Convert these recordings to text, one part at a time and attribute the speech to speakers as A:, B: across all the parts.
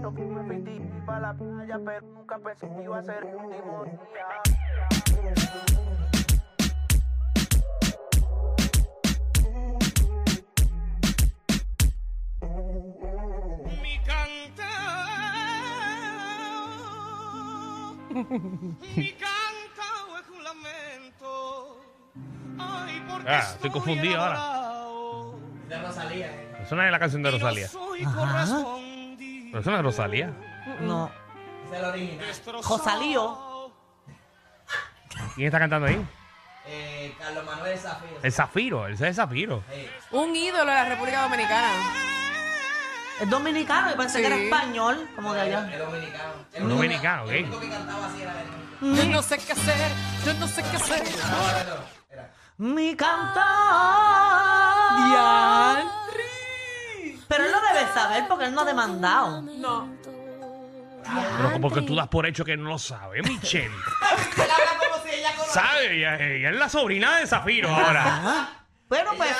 A: Yo me metí pa' la playa, pero nunca pensé que iba a ser el último día.
B: mi cantao. Mi cantao es un lamento. Ay, porque
C: Ah, estoy confundido ahora.
B: enamorado.
C: Eso no es la canción de Rosalía.
B: Yo soy correspondido.
C: Pero eso no es Rosalía.
D: No.
B: Destrozado.
D: Josalío.
C: ¿Quién está cantando ahí? El Zafiro, ese es Zafiro.
E: Un ídolo de la República Dominicana.
D: Es dominicano, yo pensé
E: Sí.
D: que era español, como de allá.
C: Un dominicano, ¿ok?
E: Yo no sé qué hacer, yo no sé qué hacer.
D: Mi cantar. Pero él lo debe saber porque él no ha demandado.
E: No.
C: Pero como que tú das por hecho que no lo sabe, Michelle. ¿Sabe? Ella, ella es la sobrina de Zafiro ahora.
D: Bueno, pues,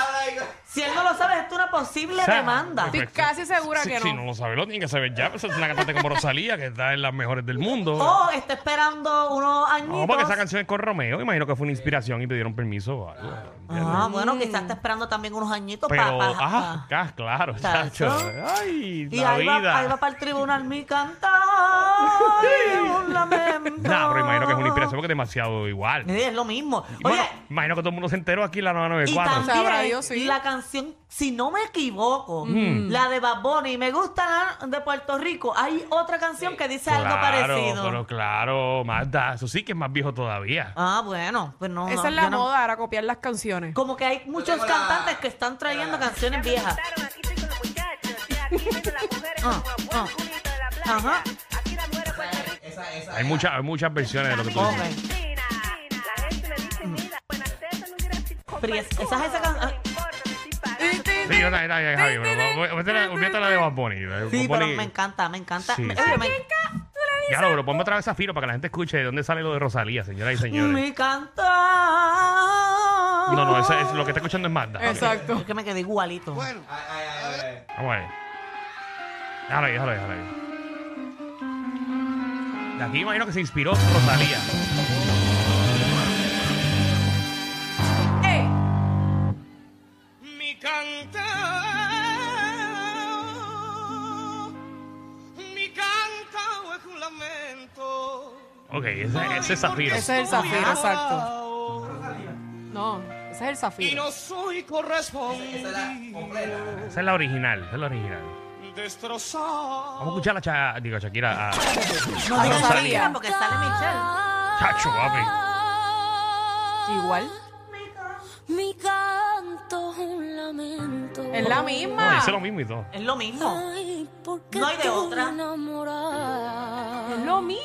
D: si él no lo sabe, esto es una posible
C: O sea,
D: demanda.
C: sí.
E: Estoy casi segura
C: Si,
E: que
C: si
E: no.
C: no lo sabe, lo tiene que saber ya. Pues es una cantante como Rosalía, que está en las mejores del mundo.
D: O está esperando
C: No,
D: unos
C: porque esa
D: añitos.
C: canción es con Romeo. Imagino que fue una inspiración y pidieron permiso o algo.
D: Ah, bueno, quizás está esperando también unos añitos
C: Pero,
D: para.
C: ah, ah, claro, chacho. Ay,
D: Y
C: la
D: ahí va,
C: vida.
D: ahí va para el tribunal mi cantar. un lamento.
C: Nah, pero imagino que es una inspiración porque es demasiado igual.
D: Sí, Es lo mismo.
C: Y
D: Oye,
C: bueno, imagino que todo el mundo se enteró aquí en la
D: Y
C: 994.
E: Sabrá
D: también
E: Dios, sí. Mm.
D: la canción, si no me equivoco,
C: Mm.
D: la de Bad Bunny, me gusta la de Puerto Rico. Hay otra canción que dice algo
C: claro,
D: parecido.
C: pero claro, Magda, eso sí que es más viejo todavía.
D: Ah, bueno, pues no.
E: Esa
D: no,
E: es la
D: yo no-
E: moda, ahora copiar las canciones.
D: Como que hay muchos cantantes que están trayendo canciones viejas.
F: Aquí estoy con los muchachos, y aquí vienen las mujeres
D: Ah,
F: con el
D: ah.
F: buen culito de la playa.
D: Ajá.
F: Aquí las mujeres pueden
C: Hay, muchas hay muchas versiones de lo que tú
D: Ok. Mm.
C: dices.
F: La gente me dice, mira, buenas tetas, no quieres decir con
D: Pero es- esa es esa
F: perfume,
D: can-
F: no me
D: ah.
F: importa, me estoy
E: Tin,
F: parando.
E: tin,
C: Sí, yo también, también, Javi, pero no, olvídate la- olvídate la de Bad Bunny. eh,
D: Sí,
C: Bad
D: pero
C: Bunny-
D: me encanta, me encanta.
C: Sí,
D: Me-
C: sí.
D: oye, me-
C: Ya lo, pero ponme otra vez a Firo para que la gente escuche de dónde sale lo de Rosalía, señoras y señores.
D: Mi cantar.
C: No, no, eso es, lo que está escuchando es Magda. Ok,
E: Exacto.
D: Es que me quedé igualito.
C: Vamos a ver. Déjalo ahí, déjalo ahí, déjalo ahí. De aquí imagino que se inspiró Rosalía.
E: Ey,
B: Mi cantao. Mi cantao es un lamento.
C: Ok, ese, ese es Zafiro.
E: Ese es el zafiro,
B: Soy
E: exacto.
B: enamorado.
E: No, ese es el
B: Y
E: zafiro.
B: no soy correspondido.
C: Esa es la original, esa es la original. Vamos a
B: Destrozado.
C: escuchar a Cha, digo, a Shakira, a
D: No
C: Ah,
D: digas
E: Rosalía.
D: mentira porque sale Michelle.
C: Chacho, papi.
E: Igual.
G: Mi canto es un lamento.
E: Es la
C: No,
D: Ah.
E: misma.
C: dice lo mismo y todo.
D: Es lo mismo.
G: Ay, porque
D: No hay de
G: estoy
D: otra.
G: enamorada.
E: Es lo mismo.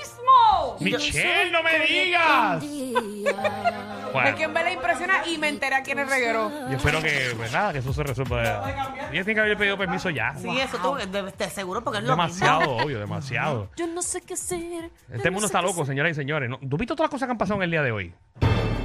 C: Michelle, no me digas.
G: Día.
E: Es
C: Bueno,
E: que en vez le impresiona y me enteré a quién es reguero.
C: yo espero que, pues nada, que eso se resuelva. Ella tiene que haber pedido permiso ya.
D: Sí, eso tú, de- te aseguro porque es lo mismo.
C: Demasiado, obvio, demasiado.
G: Yo no sé qué hacer.
C: Este mundo está loco, señoras y señores. ¿No? ¿Tú viste todas las cosas que han pasado en el día de hoy?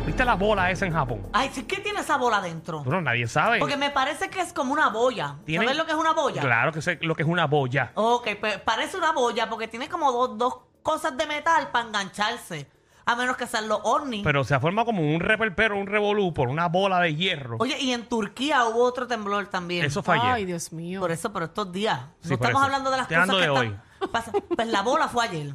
C: ¿Viste la bola esa en Japón?
D: Ay, sí, ¿qué tiene esa bola adentro?
C: Bueno, nadie sabe.
D: Porque me parece que es como una boya.
C: Tiene-
D: ¿Sabes lo que es una boya?
C: Claro que sé lo que es una boya.
D: Ok, pues parece una boya porque tiene como dos, dos cosas de metal para engancharse. A menos que sean los ovnis.
C: Pero se ha formado como un reperpero, un revolú por una bola de hierro.
D: Oye, y en Turquía hubo otro temblor también.
C: Eso fue
E: Ay,
C: ayer.
E: Dios mío.
D: Por eso, por estos días.
C: Sí,
D: no
C: por
D: estamos
C: eso.
D: hablando de las
C: Estoy
D: cosas que
C: hablando de
D: están- pasa- Pues la bola fue ayer.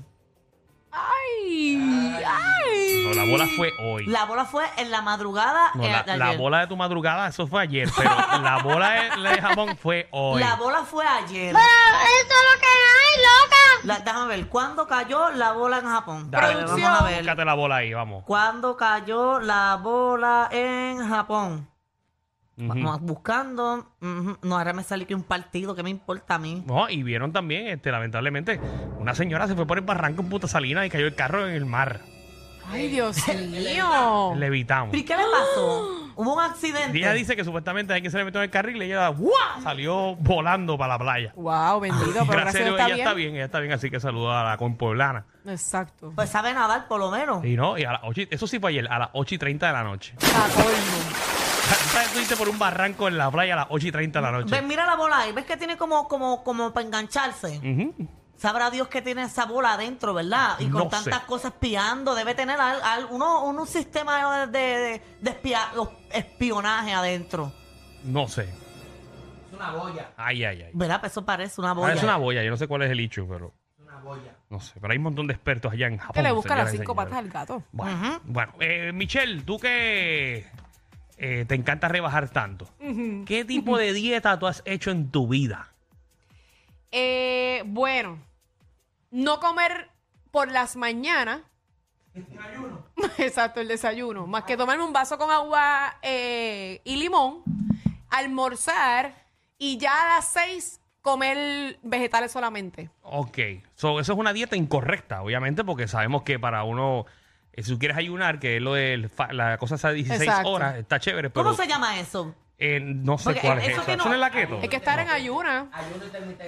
E: ¡Ay! ¡Ay!
C: No, la bola fue hoy.
D: La bola fue en la madrugada.
C: No,
D: eh,
C: la,
D: de
C: la
D: ayer.
C: bola de tu madrugada, eso fue ayer, pero la bola de, la de jamón fue hoy.
D: La bola fue ayer.
H: ¡Eso es lo que hay, loca!
D: La- déjame ver, ¿cuándo cayó la bola en Japón?
C: Dale,
D: Dale,
E: Producción.
D: Vamos a ver.
C: Búscate la bola ahí, vamos.
D: ¿Cuándo cayó la bola en Japón?
C: Ujú.
D: Vamos buscando. ujú. No, ahora me sale que un partido, ¿qué me importa a mí?
C: No, y vieron también, este, lamentablemente, una señora se fue por el barranco en Punta Salina y cayó el carro en el mar.
E: ¡Ay, Dios
D: Oh.
E: mío!
C: Le evitamos.
D: ¿Y qué le pasó? Hubo un accidente.
C: Y ella dice que supuestamente alguien se le metió en el carril y ella ¡guau! salió volando para la playa.
E: ¡Wow! Bendito, pero
C: Gracias a Dios,
E: gracias
C: ella
E: a Dios
C: está bien, ella está bien, así que saluda a la compueblana.
E: Exacto.
D: Pues sabe nadar, por lo menos.
C: Y no, y a las ocho y- eso sí fue ayer, a las 8 y 30 de la noche.
E: Pa' colmo.
C: ¿Sabes? Tú fuiste por un barranco en la playa a las 8 y 30 de la noche.
D: Ves, mira la bola ahí. ¿Ves que tiene como, como, como para engancharse?
C: Ujú.
D: Sabrá Dios que tiene esa bola adentro, ¿verdad? Y con
C: No
D: tantas
C: sé.
D: cosas espiando, debe tener al, al- uno, uno un sistema de, de- de espia- o espionaje adentro.
C: No sé. Es una boya. Ay, ay, ay.
D: ¿Verdad? Pues eso parece una
C: Ah,
D: bola.
C: es una boya, yo no sé cuál es el hecho, pero. No sé, pero hay un montón de expertos allá en Japón.
E: Que le busca las
C: señoras y
E: cinco
C: señores.
E: patas al gato.
C: Bueno, bueno, eh, Michelle, tú que eh, te encanta rebajar tanto, ¿qué tipo de dieta tú has hecho en tu vida?
E: Eh, bueno, no comer por las mañanas. Exacto, el desayuno. Más que tomarme un vaso con agua eh, y limón, almorzar y ya a las seis comer vegetales solamente.
C: Ok, so, eso es una dieta incorrecta, obviamente, porque sabemos que para uno, eh, si tú quieres ayunar, que es lo de la cosa esa de 16
E: Exacto.
C: horas, está chévere, pero
D: ¿Cómo se llama eso?
C: eh, no sé
D: Porque
C: cuál es
D: eso
C: eso.
D: que no-
C: ¿Eso no es la keto?
E: Es que estar en ayuna.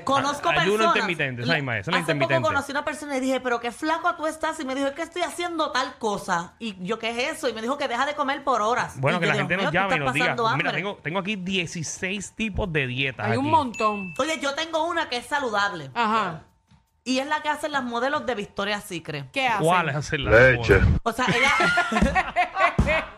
D: Conozco
C: ayuno
D: personas.
C: intermitente, esa misma es, esa es la
D: Hace poco
C: intermitente.
D: conocí una persona y dije, pero qué flaco tú estás. Y me dijo, es que estoy haciendo tal cosa. Y yo, ¿qué es eso? Y me dijo que deja de comer por horas.
C: Bueno,
D: Y
C: que la
D: yo, Dios
C: gente
D: mío,
C: nos
D: tú
C: llame y
D: estás
C: nos diga.
D: pasando
C: Mira,
D: hambre".
C: tengo, tengo aquí 16 tipos de dietas.
E: Hay un
C: aquí.
E: montón.
D: Oye, yo tengo una que es saludable.
E: Ajá.
D: Y es la que hacen las modelos de Victoria's Secret.
E: ¿Qué hacen?
C: ¿Cuál es hacer la Leche.
D: O sea, ella...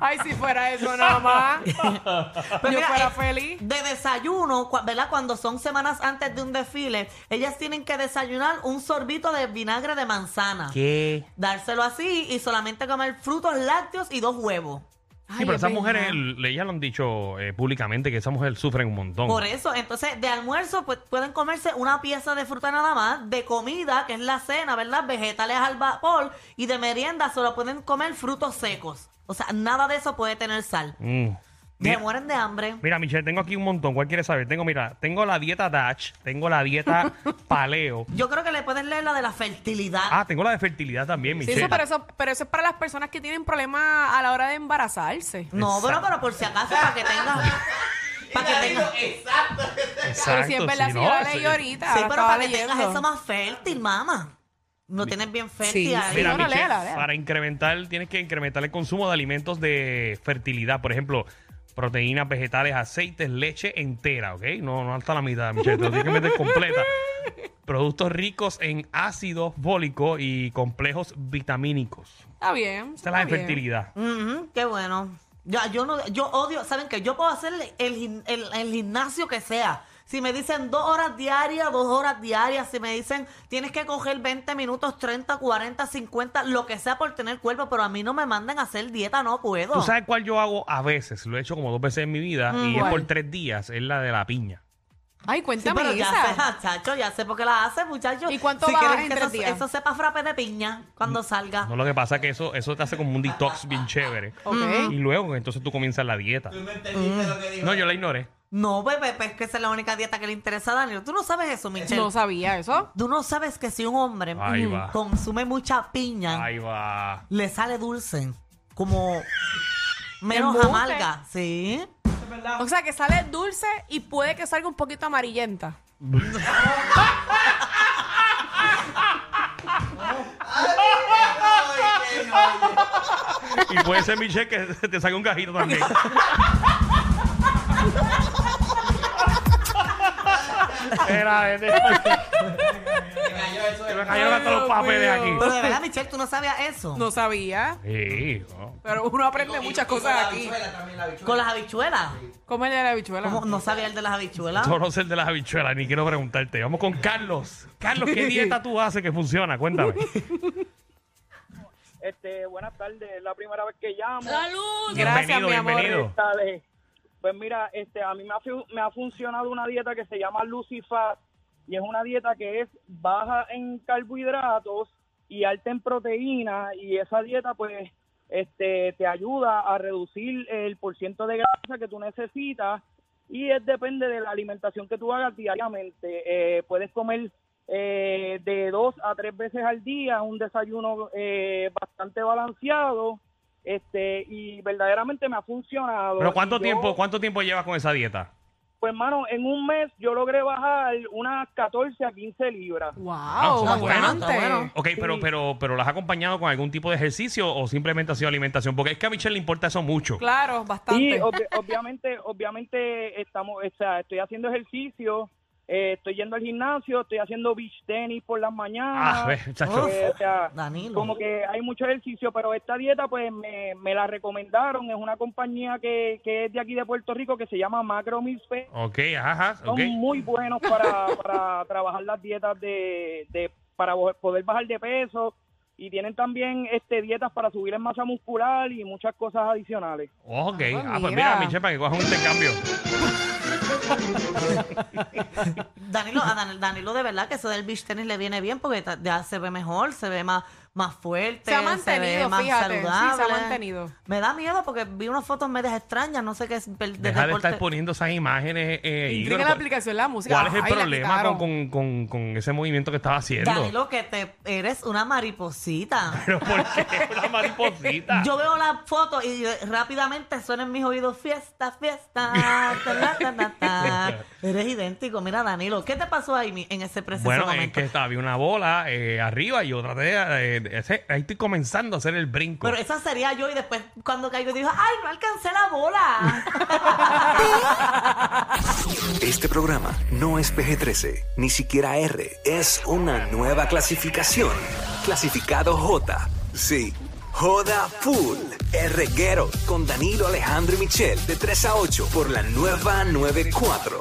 E: Ay, si fuera eso nada más.
D: Pues
E: yo
D: mira,
E: fuera
D: eh,
E: feliz.
D: De desayuno, cua- ¿verdad? Cuando son semanas antes de un desfile, ellas tienen que desayunar un sorbito de vinagre de manzana.
C: ¿Qué?
D: Dárselo así y solamente comer frutos lácteos y dos huevos.
E: Ay,
C: Sí, pero
E: es
C: esas mujeres,
E: verdad.
C: el- ellas lo han dicho eh, públicamente, que esas mujeres sufren un montón.
E: e-
D: Por eso, entonces, de almuerzo pues, pueden comerse una pieza de fruta nada más, de comida, que es la cena, ¿verdad? Vegetales al vapor, y de merienda solo pueden comer frutos secos. O sea, nada de eso puede tener sal.
C: Mm.
D: Me
C: Mira,
D: mueren de hambre.
C: mira, Michelle, tengo aquí un montón. ¿Cuál quieres saber? Tengo, mira, tengo la dieta DASH, tengo la dieta paleo.
D: Yo creo que le puedes leer la de la fertilidad.
C: Ah, tengo la de fertilidad también,
E: Sí,
C: Michelle.
E: eso, pero, eso, pero eso es para las personas que tienen problemas a la hora de embarazarse.
D: No,
C: Exacto.
D: pero, pero por si acaso, para que tengas. Para que tengas.
C: Exacto,
E: pero si es verdad,
C: sí,
E: si
C: no,
E: yo la
C: sí.
E: leí ahorita.
D: Sí,
E: la
D: pero
E: estaba
D: para que
E: leyendo.
D: tengas eso más fértil, mamá. No tienes bien fértil
E: sí,
D: ahí.
E: sí.
C: Mira,
E: no, no,
C: Michelle,
E: léala, léala.
C: para incrementar, tienes que incrementar el consumo de alimentos de fertilidad. Por ejemplo, proteínas, vegetales, aceites, leche entera, ¿ok? No, no hasta la mitad, Michelle. Te lo tienes que meter completa. Productos ricos en ácido fólico y complejos vitamínicos.
E: Está bien.
C: Esta es la de
E: está bien.
C: fertilidad.
D: Ujú, qué bueno. Yo, yo, no, yo odio, ¿saben qué? Yo puedo hacer el, gim- el- el gimnasio que sea. Si me dicen dos horas diarias, dos horas diarias, si me dicen tienes que coger 20 minutos, 30, 40, 50, lo que sea por tener cuerpo, pero a mí no me mandan a hacer dieta, no puedo.
E: Oh.
C: ¿Tú sabes cuál yo hago a veces? Lo he hecho como dos veces en mi vida y es
E: Mm, ¿Cuál?
C: por tres días. Es la de la piña.
E: Ay,
D: Sí,
E: cuéntame
D: pero ya sé,
E: esa.
D: chacho, ya sé por qué la hace, muchachos.
E: ¿Y cuánto
D: si
E: bajas
D: quieren
E: en
D: que
E: tres
D: eso,
E: días?
D: eso sepa frappe de piña cuando salga.
C: No lo que pasa es que eso, eso te hace como un detox bien chévere.
E: Ok.
D: Mm.
C: Y luego entonces tú comienzas la dieta. No, yo la ignoré.
D: No, bebé, pues es que esa es la única dieta que le interesa a Daniel. Tú no sabes eso, Michelle.
E: No sabía eso.
D: Tú no sabes que si un hombre
C: Ahí
D: mm,
C: va.
D: consume mucha piña,
C: Ahí va.
D: le sale dulce. Como menos
E: Embuste.
D: amarga. Sí.
E: O sea, que sale dulce y puede que salga un poquito amarillenta.
C: Y puede ser Michelle que te saque un cajito también. Era, este- Se me cayeron eh, hasta los papeles aquí.
D: Pero de verdad, Michelle, tú no sabías eso.
E: No sabía,
C: Sí, no.
E: pero uno aprende muchas cosas aquí.
D: Con las habichuelas.
E: ¿Cómo es el de la habichuela?
D: ¿Cómo no sabía el de las habichuelas?
C: Yo no sé el de las habichuelas, ni quiero preguntarte. Vamos con Carlos. Carlos, ¿qué dieta tú haces que funciona? Cuéntame.
I: Este, buenas tardes, es la primera vez que llamo.
G: Salud.
E: Gracias,
C: bienvenido,
E: mi amor.
C: bienvenido.
I: Dale. Pues mira, este, a mí me ha, fu- me ha funcionado una dieta que se llama Lucifer y es una dieta que es baja en carbohidratos y alta en proteína y esa dieta pues este, te ayuda a reducir el porciento de grasa que tú necesitas y es, depende de la alimentación que tú hagas diariamente. Eh, puedes comer eh, de dos a tres veces al día un desayuno eh, bastante balanceado este y verdaderamente me ha funcionado.
C: Pero ¿cuánto
I: Y yo-
C: tiempo, cuánto tiempo llevas con esa dieta?
I: Pues, hermano, en un mes yo logré bajar unas 14 a 15 libras.
C: Ah,
E: Wow,
C: está bueno,
E: bastante.
C: está
D: bueno.
C: Ok, pero, pero, pero ¿las has acompañado con algún tipo de ejercicio o simplemente ha sido alimentación? Porque es que a Michelle le importa eso mucho.
E: Claro,
I: Sí,
E: bastante.
I: obvi- obviamente, obviamente estamos, o sea, estoy haciendo ejercicio, eh, estoy yendo al gimnasio, estoy haciendo beach tenis por las mañanas.
C: Ah, ve, chacho.
I: Eh, o sea,
D: Danilo.
I: como que hay mucho ejercicio, pero esta dieta pues me, me la recomendaron, es una compañía que, que es de aquí de Puerto Rico que se llama Macro Meals Fe.
C: Ok, ajá,
I: Son
C: ok.
I: muy buenos para, para trabajar las dietas de, de- para bo- poder bajar de peso y tienen también este dietas para subir en masa muscular y muchas cosas adicionales.
C: Ok,
E: Ah,
C: ah, pues
E: mira.
C: mira, Michelle, para que cojas un intercambio.
D: Danilo, a Dan- Danilo, de verdad que eso del beach tenis le viene bien porque ta- ya se ve mejor, se ve más, más fuerte,
E: Se ha
D: se
E: mantenido,
D: ve más
E: fíjate. Sí, se ha
D: saludable.
E: mantenido.
D: Me da miedo porque vi unas fotos medias extrañas, no sé qué es. del- del
C: Deja de
D: deporte.
C: estar poniendo esas imágenes. Eh,
E: Intriga
C: Ígoro,
E: la
C: ¿cu-
E: aplicación, la música.
C: ¿Cuál es el
E: Ay, la
C: problema
E: quitaron.
C: con, con, con, con ese movimiento que estaba haciendo?
D: Danilo, que te eres una mariposita.
C: Pero ¿por qué una mariposita?
D: Yo veo la foto y eh, rápidamente suena en mis oídos fiesta, fiesta. ta, ta, ta, ta, ta. Eres idéntico, mira Danilo. ¿Qué te pasó ahí mi- en ese preciso
C: Bueno, es
D: momento?
C: que estaba, había una bola eh, arriba y yo traté de... eh, ese- ahí estoy comenzando a hacer el brinco.
D: Pero esa sería yo y después cuando caigo digo, ay, no alcancé la bola.
J: Este programa no es PG-13, ni siquiera R. Es una nueva clasificación. Clasificado J. Sí. Joda Full. R. Guerrero con Danilo Alejandro y Michel de 3 a 8 por la nueva 94.